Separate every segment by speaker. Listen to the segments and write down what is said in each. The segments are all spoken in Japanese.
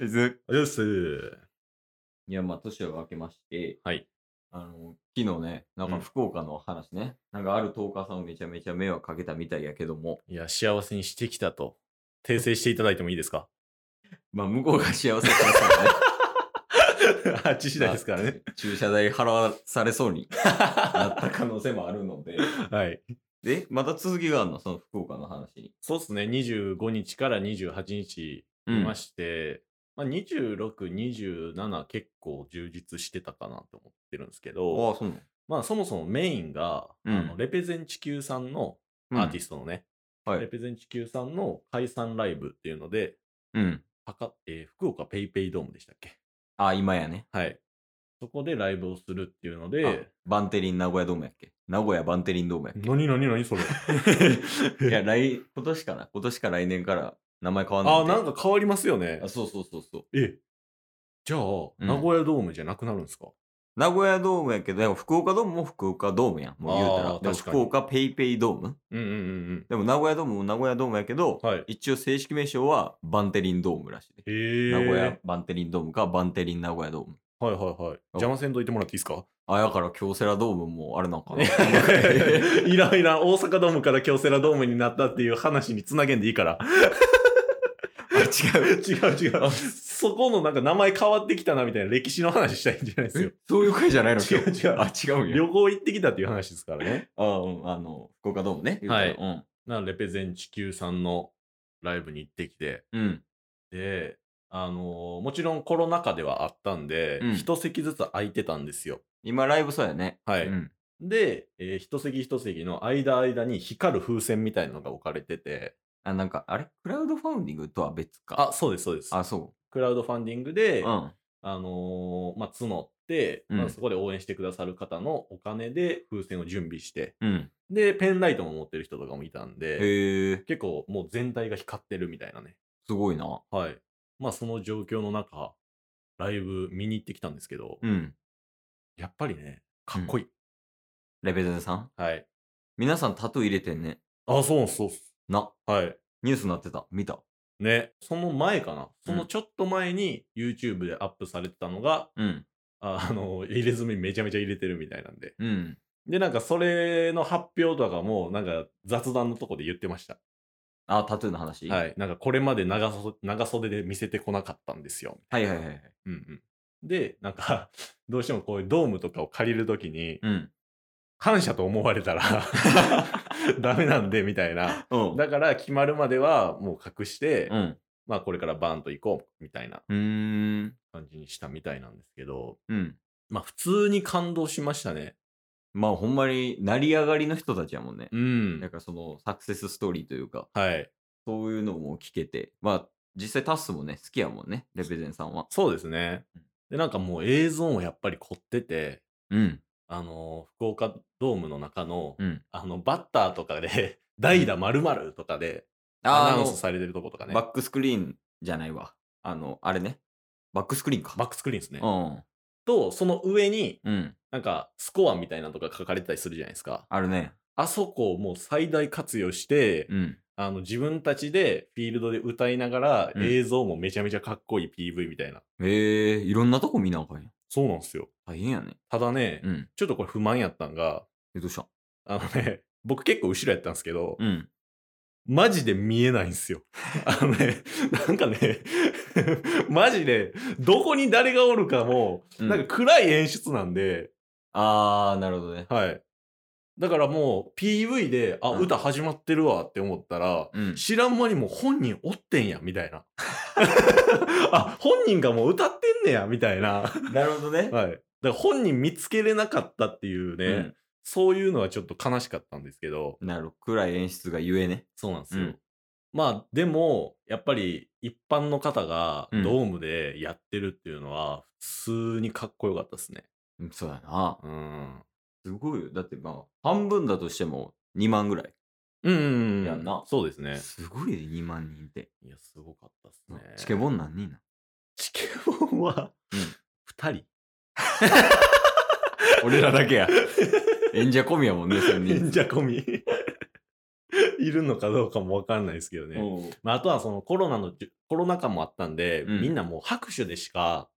Speaker 1: えず、
Speaker 2: よす。
Speaker 1: いや、まあ、年を明けまして、
Speaker 2: はい。
Speaker 1: あの、昨日ね、なん
Speaker 2: う
Speaker 1: か
Speaker 2: ん
Speaker 1: 福岡の話ね、なんかあるトーカーさんをめちゃめちゃ迷惑かけたみたいやけども、
Speaker 2: いや、幸せにしてきたと。訂正していただいてもいいですか
Speaker 1: まあ、向こうが幸せです からね。
Speaker 2: あっち次第ですからね。
Speaker 1: まあ。駐車代払わされそうになった可能性もあるの で。
Speaker 2: はい。
Speaker 1: で、また続きがあるの、その福岡の話に。
Speaker 2: そうっすね。25日から28日
Speaker 1: う
Speaker 2: いま
Speaker 1: ん。
Speaker 2: して、まあ、26、27結構充実してたかなと思ってるんですけ
Speaker 1: ああ、
Speaker 2: ど、
Speaker 1: そうなの
Speaker 2: まあそもそもメインが、
Speaker 1: うん
Speaker 2: あのレペゼン地球さんのアーティ
Speaker 1: ス
Speaker 2: ストのね、
Speaker 1: ト。は
Speaker 2: レ
Speaker 1: い。
Speaker 2: ペゼン地球さんの解散ライブっていうので、
Speaker 1: うん。
Speaker 2: 高えー福岡ペイペイドームでしたっけ
Speaker 1: ああ、今やね。
Speaker 2: はい。そこでライブをするっていうの
Speaker 1: あ
Speaker 2: で、
Speaker 1: バンテリン名古屋ドームやっけ名古屋バンテリンドームやっ
Speaker 2: 何何何それ
Speaker 1: け いや、来、今年かな今年か来年から名前変わんない
Speaker 2: あ、なんか変わりますよね
Speaker 1: あ、。そうそうそうそう。
Speaker 2: え、じゃあ、
Speaker 1: ん
Speaker 2: 名古屋ドームじゃなくなるんですか
Speaker 1: 名古屋ドームやけど、でも福岡ドームも福岡ドームやん。もう言うた
Speaker 2: あ
Speaker 1: ら。
Speaker 2: ー
Speaker 1: でも
Speaker 2: 確かに
Speaker 1: 福岡ペイペイドーム
Speaker 2: うんうんうん
Speaker 1: でも名古屋ドームも名古屋ドームやけど、
Speaker 2: うん。はい。
Speaker 1: 一応正式名称はバンテリンドームらしいで。
Speaker 2: えー
Speaker 1: 名古屋バンテリンドームかバンテリン名古屋ドーム。
Speaker 2: はいはいはい。邪魔せんといてもらっていいですか
Speaker 1: あ、やから京セラドームもあれ なんかな
Speaker 2: いらんいらん。大阪ドームから京セラドームになったっていう話につなげんでいいから。
Speaker 1: あ違う。
Speaker 2: 違う違う。そこのなんか名前変わってきたなみたいな歴史の話したいんじゃないですよ。
Speaker 1: そういう回じゃないの今
Speaker 2: 違う
Speaker 1: 日。
Speaker 2: 違う
Speaker 1: あ、違うんや。
Speaker 2: 旅行行ってきたっていう話ですからね。
Speaker 1: あ、うん、あの、福岡ドームね。言ったら
Speaker 2: はいなレペゼン地球さんのライブに行ってきて、
Speaker 1: うん。うん。
Speaker 2: で、あのーもちろんコロナ禍ではあったんで、
Speaker 1: うん
Speaker 2: 一席ずつ空いてたんですよ。
Speaker 1: 今ライブそうやね。
Speaker 2: はい。
Speaker 1: うん。
Speaker 2: で、えー一席一席の間間に光る風船みたいなのが置かれてて、
Speaker 1: あ、なんか、あれクラウドファウンディングとは別か。
Speaker 2: あ、そうですそうです。
Speaker 1: あ、そ
Speaker 2: クラウドファンディングで、
Speaker 1: う。うん。
Speaker 2: あのーまあ、募って、
Speaker 1: うん
Speaker 2: まあ、そこで応援してくださる方のお金で風船を準備して、
Speaker 1: うん。
Speaker 2: で、ペンライトも持ってる人とかもいたんで、
Speaker 1: へえ、
Speaker 2: 結構もう全体が光ってるみたいなね。
Speaker 1: すごいな。
Speaker 2: はい。まあ、その状況の中、ライブ見に行ってきたんですけど、
Speaker 1: うん。
Speaker 2: やっぱりね、かっこいい。
Speaker 1: レベゼンさん。
Speaker 2: はい。
Speaker 1: 皆さんタトゥー入れてんね。
Speaker 2: あ、そうそうっす。
Speaker 1: な、
Speaker 2: はい。
Speaker 1: ニュースになってた。見た。
Speaker 2: ね、その前かな。そのちょっと前に YouTube でアップされてたのが、
Speaker 1: うん。
Speaker 2: ああの、入れ墨めちゃめちゃ入れてるみたいなんで。
Speaker 1: うん。
Speaker 2: で、なんかそれの発表とかも、なんか雑談のとこで言ってました。
Speaker 1: あ、タトゥーの話。
Speaker 2: はいい。なんかこれまで長袖長袖で見せてこなかったんですよ。
Speaker 1: はいはいはいはい。
Speaker 2: うんうん。で、なんか、 どうしてもこういうドームとかを借りるときに、
Speaker 1: うん。
Speaker 2: 感謝と思われたら ダメなんでみたいな
Speaker 1: うん。
Speaker 2: だから決まるまではもう隠して、
Speaker 1: うん。
Speaker 2: まあこれからバーンと行こうみたいな
Speaker 1: うーん。
Speaker 2: 感じにしたみたいなんですけど
Speaker 1: うん。
Speaker 2: まあ普通に感動しましたね
Speaker 1: まあほんまに成り上がりの人たちやもんね。
Speaker 2: うん
Speaker 1: なんかそのサクセスストーリーというか、
Speaker 2: はい
Speaker 1: そういうのも聞けて、まあ実際タッスもね、好きやもんね、レペゼンさんは。
Speaker 2: そうですねでなんかもう映像もやっぱり凝ってて
Speaker 1: うん。
Speaker 2: あの福岡ドームの中の、
Speaker 1: うん。
Speaker 2: あのバッターとかで 代打〇〇とかでア
Speaker 1: あ
Speaker 2: ナウンス
Speaker 1: ー、
Speaker 2: されてるとことか
Speaker 1: あ
Speaker 2: ね
Speaker 1: の、バックスクリーンじゃないわ。あの、あれね。バックスクリーンか。
Speaker 2: バックスクリーンですね、
Speaker 1: うん。
Speaker 2: とその上に
Speaker 1: うん。
Speaker 2: なんかスコアみたいなのとか書かれてたりするじゃないですか
Speaker 1: あるね。
Speaker 2: あそこをもう最大活用して、
Speaker 1: うん。
Speaker 2: あの自分たちでフィールドで歌いながら、
Speaker 1: うん
Speaker 2: 映像もめちゃめちゃかっこいい PV みたいな。
Speaker 1: へえ、いろんなとこ見なあかんやん。
Speaker 2: そうなんですよ。
Speaker 1: 大変やね。
Speaker 2: ただね、
Speaker 1: うん。
Speaker 2: ちょっとこれ不満やったんが、
Speaker 1: え、どうした
Speaker 2: あの ね、僕結構後ろやったんですけど、
Speaker 1: うん。
Speaker 2: マジで見えないんですよ。あのね、なんかね、 マジで、どこに誰がおるかも、
Speaker 1: な
Speaker 2: なんん
Speaker 1: か
Speaker 2: か暗い演出なんで、
Speaker 1: あー、なるほどね。
Speaker 2: はい。だからもう PV で、あ、
Speaker 1: うん
Speaker 2: 歌始まってるわって思ったら、
Speaker 1: うん。
Speaker 2: 知らん間にもう本人おってんや、みたいな。 あ、本人がもう歌ってんねや、みたいな。 は
Speaker 1: なるほどね
Speaker 2: い。だから本人見つけれなかったっていうね、
Speaker 1: うん
Speaker 2: そういうのはちょっと悲しかったんですけど、
Speaker 1: なるほど。暗い演出がゆえね。
Speaker 2: そうなんですよ。
Speaker 1: うん
Speaker 2: まあでも、やっぱり一般の方がド
Speaker 1: うん
Speaker 2: ームでやってるっていうのは、普通にかっこよかったですね。
Speaker 1: うんそうやな。
Speaker 2: うん。
Speaker 1: すごいよ。だってまあ、半分だとしても2万ぐらい。
Speaker 2: うんうんうん。
Speaker 1: やんな
Speaker 2: そうですね。
Speaker 1: すごいね、2万人って。
Speaker 2: いや、すごかったですね。
Speaker 1: チケボン何人な
Speaker 2: チケボンは、
Speaker 1: うん
Speaker 2: 2人。
Speaker 1: 俺らだけや。演者込みやもんね、それ
Speaker 2: 忍
Speaker 1: 人数。
Speaker 2: 者込み。 いるのかどうかもわかんないですけどね。
Speaker 1: おう
Speaker 2: まあ、あとはそのコロナのじゅ、コロナ禍もあったんで、
Speaker 1: うん
Speaker 2: みんなもう拍手でしか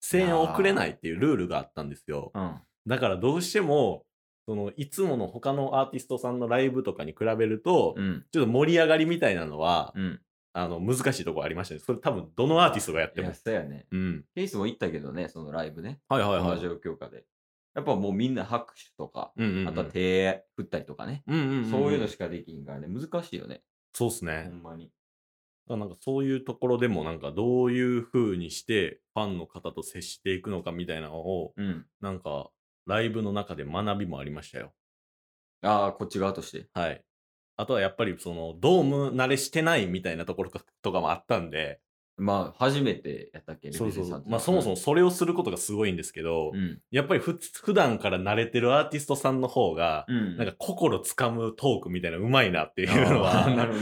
Speaker 2: 声援を送れないっていうルールがあったんですよ。
Speaker 1: うん。
Speaker 2: だからどうしても、そのいつもの他のアーティストさんのライブとかに比べると、
Speaker 1: うん。
Speaker 2: ちょっと盛り上がりみたいなのは、
Speaker 1: うん。
Speaker 2: あの、難しいところありましたね。それ多分どのアーティストがやっ
Speaker 1: い
Speaker 2: ても
Speaker 1: や、。そうやね。
Speaker 2: うん。
Speaker 1: ケースも行ったけどね、そのライブね。
Speaker 2: はいはい
Speaker 1: 同じ。状況下で。やっぱもうみんな拍手とか、
Speaker 2: うんうんうん、
Speaker 1: あとは手振ったりとかね。
Speaker 2: うんうんんん
Speaker 1: そういうのしかできんからね、難しいよね。
Speaker 2: そうです
Speaker 1: ほ
Speaker 2: ね。
Speaker 1: んまに。
Speaker 2: だからなんかそういうところでもなんかどういう風にしてファンの方と接していくのかみたいなのを
Speaker 1: うん。
Speaker 2: なんかライブの中で学びもありましたよ。
Speaker 1: ああ、こっち側として。
Speaker 2: はい。あとはやっぱりそのドーム慣れしてないみたいなところかとかもあったんで、
Speaker 1: まあ、初めてやったっけ、レベ
Speaker 2: そう
Speaker 1: ル
Speaker 2: そうそ
Speaker 1: さ。
Speaker 2: うんまあそもそも。それをすることがすごいんですけど、
Speaker 1: うん。
Speaker 2: やっぱりふ普段から慣れてるアーティストさんの方が、
Speaker 1: うん。
Speaker 2: なんか心つかむトークみたいなうまいなっていうの
Speaker 1: あ
Speaker 2: は。
Speaker 1: ーなる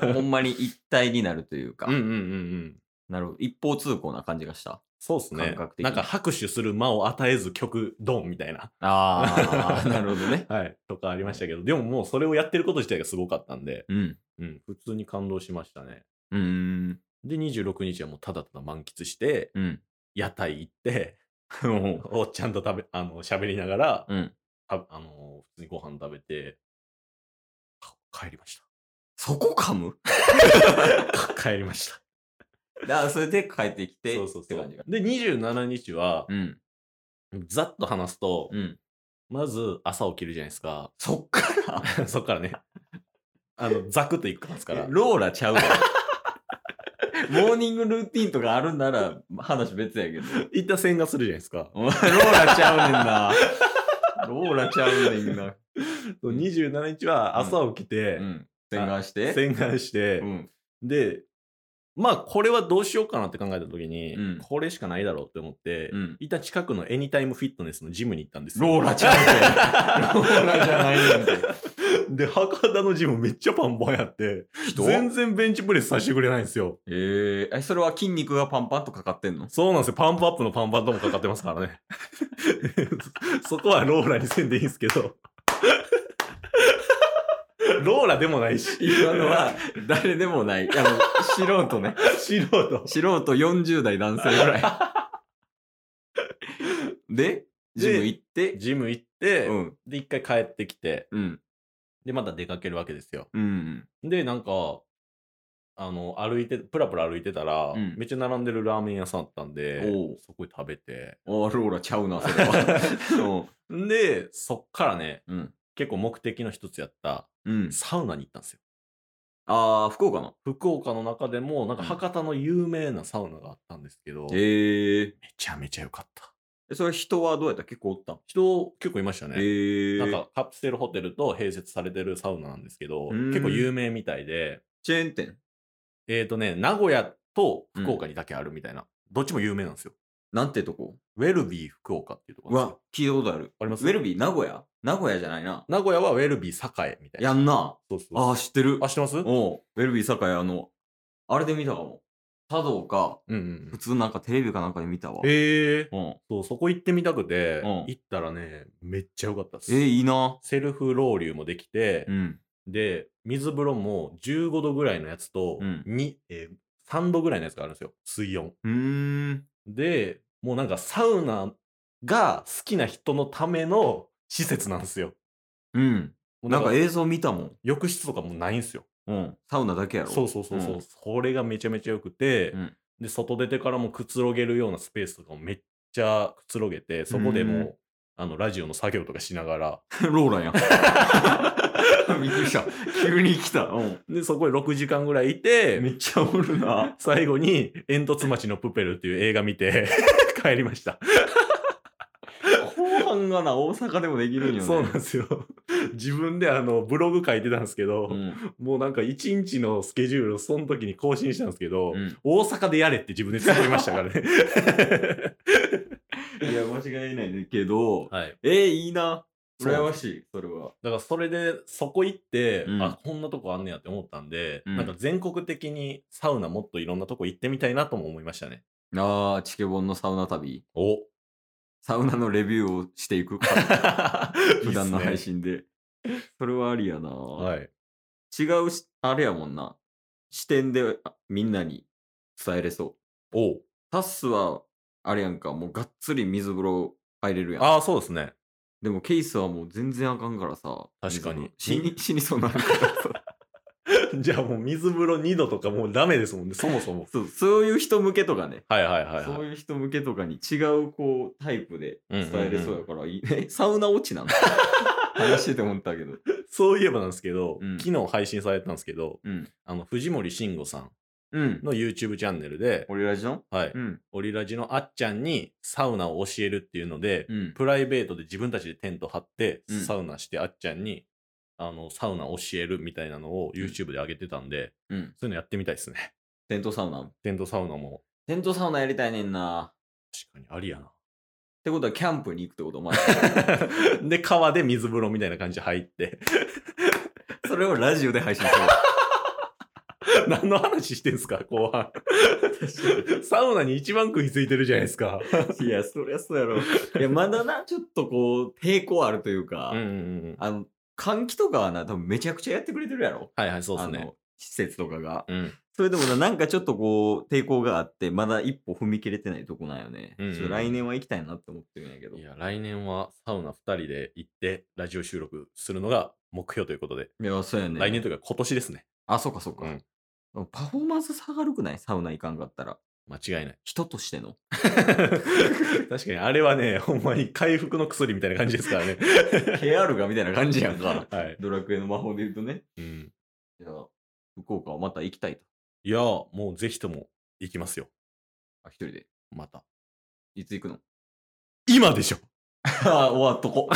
Speaker 1: ほ ど。ほんまに一体になるというか
Speaker 2: うん、うんうんうん。
Speaker 1: なるほど。一方通行な感じがした。
Speaker 2: そうっすね
Speaker 1: 感覚。的に
Speaker 2: なんか拍手する間を与えず曲ドンみたいな。
Speaker 1: ああ、 なるほどね。
Speaker 2: はい。とかありましたけど、でももうそれをやってること自体がすごかったんで、
Speaker 1: うん。
Speaker 2: うん。普通に感動しましたね。
Speaker 1: うーん。
Speaker 2: で、26日はもうただただ満喫して、
Speaker 1: うん。
Speaker 2: 屋台行って、
Speaker 1: うん。
Speaker 2: おっちゃんと食べ、あの、喋りながら、
Speaker 1: うん。
Speaker 2: たあの、普通にご飯食べて、か帰りまし
Speaker 1: そこ噛む
Speaker 2: た。 か帰りました。
Speaker 1: ああ、それで帰ってきて、
Speaker 2: そうそう
Speaker 1: って
Speaker 2: そ
Speaker 1: 感じ
Speaker 2: う
Speaker 1: が。。
Speaker 2: で、27日は、
Speaker 1: うん。
Speaker 2: ざっと話すと、
Speaker 1: うん。
Speaker 2: まず朝起きるじゃないですか。
Speaker 1: そっから
Speaker 2: そっからね。あの、ザクッといくからですから。
Speaker 1: ローラちゃう わ。 モーニングルーティンとかあるんなら話別やけど。
Speaker 2: 一旦洗顔するじゃないですか。
Speaker 1: お前ローラちゃうねんな。ローラちゃうねんな。うん
Speaker 2: 27日は朝起きて、
Speaker 1: うん。洗顔して。
Speaker 2: 洗顔して、
Speaker 1: うん。
Speaker 2: で、まあこれはどうしようかなって考えた時に、
Speaker 1: うん
Speaker 2: これしかないだろうって思って、
Speaker 1: うん。
Speaker 2: 一旦近くのエニタイムフィットネスのジムに行ったんですよ。
Speaker 1: ローラちゃうねん。ローラじゃないねんて。
Speaker 2: で、博多のジムめっちゃパンパンやって、
Speaker 1: 人
Speaker 2: 全然ベンチプレスさせてくれないんですよ。
Speaker 1: ええそれは筋肉がパンパンとかかってんの
Speaker 2: そうなんですよ。パンプアップのパンパンともかかってますから ね。そそこはローラにせんでいいんですけ ど。ローラでもないし。
Speaker 1: 今のは 誰でもない。あの、素人ね。
Speaker 2: 素 人。
Speaker 1: 素人40代男性ぐらい。で、ジム行って、
Speaker 2: ジム行って、
Speaker 1: うん、
Speaker 2: で、一回帰ってきて、
Speaker 1: うん、
Speaker 2: で、また出かけるわけですよ。
Speaker 1: うん、
Speaker 2: で、なんか、あの、歩いて、プラプラ歩いてたら、
Speaker 1: うん
Speaker 2: めっちゃ並んでるラーメン屋さんあったんで
Speaker 1: おう、
Speaker 2: そこで食べて。
Speaker 1: おーローラちゃうな、それ は。
Speaker 2: で、そっからね、
Speaker 1: うん、うん、
Speaker 2: 結構目的の一つやった、
Speaker 1: うん。
Speaker 2: サウナに行ったんですよ。
Speaker 1: ああ、福岡の。
Speaker 2: 福岡の中でも、なんか博多の有名なサウナがあったんですけど、め
Speaker 1: ええ
Speaker 2: ちゃめちゃ良かった。
Speaker 1: それ人はどうやった結構おったん
Speaker 2: 人結構いましたね。
Speaker 1: ええ
Speaker 2: なんかカプセルホテルと併設されてるサウナなんですけど、
Speaker 1: うーん
Speaker 2: 結構有名みたいで、
Speaker 1: チェーン店。
Speaker 2: えっ、ー、とね、名古屋と福岡にだけあるみたいな、どっちも有名なんですよ。
Speaker 1: なんてとこ
Speaker 2: ウェルビー福岡っていうとこ
Speaker 1: う
Speaker 2: ろなんです
Speaker 1: わ
Speaker 2: よ。、
Speaker 1: 聞いたことある。
Speaker 2: あります
Speaker 1: ウェルビー、名古屋名古屋じゃないな。
Speaker 2: 名古屋はウェルビー栄みたいな。
Speaker 1: やんな。
Speaker 2: そうそう
Speaker 1: ああ、知ってる。
Speaker 2: あ、知ってますうん
Speaker 1: おうウェルビー栄、あの、あれで見たかも。茶道か、
Speaker 2: うんう
Speaker 1: 普
Speaker 2: ん。
Speaker 1: 通なんかテレビかなんかで見たわ。
Speaker 2: えー、
Speaker 1: うん、え
Speaker 2: そう、そこ行ってみたくて、
Speaker 1: うん
Speaker 2: 行ったらね、めっちゃ良かったです。
Speaker 1: ー、いいな。
Speaker 2: セルフロウリュもできて、
Speaker 1: うん。
Speaker 2: で、水風呂も15度ぐらいのやつと、
Speaker 1: うん
Speaker 2: にえー3度ぐらいのやつがあるんですよ、水温。
Speaker 1: うーん。
Speaker 2: で、もうなんかサウナが好きな人のための施設なんですよ。
Speaker 1: うん。
Speaker 2: もう
Speaker 1: なんか映像見たもん。
Speaker 2: 浴室とかもうないんですよ。
Speaker 1: うん。サウナだけやろ。
Speaker 2: そうそうそうそう、
Speaker 1: うん
Speaker 2: それがめちゃめちゃ良くて、
Speaker 1: うん
Speaker 2: で、外出てからもくつろげるようなスペースとかもめっちゃくつろげて、そこでもう、
Speaker 1: うん
Speaker 2: あの、ラジオの作業とかしながら、
Speaker 1: ローラや ん。びっくりした。急に来た。うん。
Speaker 2: で、そこで6時間ぐらいいて、
Speaker 1: めっちゃおるな。
Speaker 2: 最後に「煙突町のプペル」っていう映画見て 帰りました
Speaker 1: 後半がな、大阪でもできるんよね。
Speaker 2: そうなんですよ自分であのブログ書いてたんですけど、
Speaker 1: うん
Speaker 2: もうなんか一日のスケジュールをその時に更新したんですけど、
Speaker 1: うん。
Speaker 2: 大阪でやれって自分で作りまし たからね
Speaker 1: いや、間違いないねんけど、
Speaker 2: はい
Speaker 1: えー、いいな。
Speaker 2: そう
Speaker 1: 羨ましい、それは。
Speaker 2: だからそれでそこ行って、
Speaker 1: うん
Speaker 2: あこんなとこあんねやって思ったんで、
Speaker 1: うん
Speaker 2: なんか全国的にサウナもっといろんなとこ行ってみたいなとも思いましたね
Speaker 1: ああ、チケボンのサウナ旅。
Speaker 2: お
Speaker 1: サウナのレビューをして いくか。普
Speaker 2: 普
Speaker 1: 段の配信
Speaker 2: 信
Speaker 1: で。それはありやな、
Speaker 2: はい
Speaker 1: 違うし、あれやもんな。視点であみんなに伝えれそう。
Speaker 2: おう
Speaker 1: タッスは、あれやんか、もうがっつり水風呂入れるやん。
Speaker 2: ああ、そうですね。
Speaker 1: でもケイスはもう全然あかんからさ。
Speaker 2: 確かに
Speaker 1: 水風 呂死に、死にそうになるからさ
Speaker 2: じゃあもう水風呂2度とかもうダメです もんね、そもそも。
Speaker 1: そう、そういう人向けとかね。
Speaker 2: はいはいはい、
Speaker 1: そう
Speaker 2: はい。
Speaker 1: いう人向けとかに違うこうタイプで伝えれそうやからいい、えサウナ落ち なの話してて思ったけど。
Speaker 2: そういえばなんですけど、
Speaker 1: うん
Speaker 2: 昨日配信されたんですけど、
Speaker 1: うん。
Speaker 2: あの、藤森慎吾さん
Speaker 1: うん。
Speaker 2: の YouTube チャンネルで、
Speaker 1: 俺らじゃん
Speaker 2: はい、
Speaker 1: うん。
Speaker 2: オリラジのあっちゃんにサウナを教えるっていうので、
Speaker 1: うん。
Speaker 2: プライベートで自分たちでテント張って、
Speaker 1: うん
Speaker 2: サウナしてあっちゃんに、あの、サウナ教えるみたいなのを YouTube で上げてたんで、
Speaker 1: うん。
Speaker 2: そういうのやってみたいですね。
Speaker 1: テントサウナ。
Speaker 2: テントサウナも、
Speaker 1: テントサウナやりたいねんな。っ
Speaker 2: 確かにあり やな。
Speaker 1: てことはキャンプに行くってことまあ
Speaker 2: で、川で水風呂みたいな感じで入って、
Speaker 1: それをラジオで配信する。
Speaker 2: 何の話してんすか、後半。サウナに一番食いついてるじゃないですか。
Speaker 1: いや、そりゃそうやろ。 いや、まだな、ちょっとこう、抵抗あるというか、
Speaker 2: うんうんうん。
Speaker 1: あの、換気とかはな、多分めちゃくちゃやってくれてるやろ。
Speaker 2: はいはい、そうです
Speaker 1: あ
Speaker 2: ね。
Speaker 1: の施設とかが。
Speaker 2: うん。
Speaker 1: それでもな、なんかちょっとこう、抵抗があって、まだ一歩踏み切れてないとこなんよね。
Speaker 2: うんうんうん
Speaker 1: ちょっと来年は行きたいなって思ってるんやけど
Speaker 2: い。や、来年はサウナ2人で行って、ラジオ収録するのが目標ということで、
Speaker 1: いや、そうやね。
Speaker 2: 来年というか今年ですね。
Speaker 1: あ、そうかそうか。
Speaker 2: うん
Speaker 1: パフォーマンス下がるくないサウナ行かんかったら。
Speaker 2: 間違いない。
Speaker 1: 人として の。
Speaker 2: 確かに、あれはね、ほんまに回復の薬みたいな感じですからね。
Speaker 1: KR がみたいな感じやんか。
Speaker 2: はい。
Speaker 1: ドラクエの魔法で言うとね。
Speaker 2: うん、
Speaker 1: じゃあ、福岡はまた行きたいと。
Speaker 2: いや、もうぜひとも行きますよ。
Speaker 1: あ、一人で。
Speaker 2: また。
Speaker 1: いつ行くの
Speaker 2: 今でしょ
Speaker 1: ああ、終わっとこ。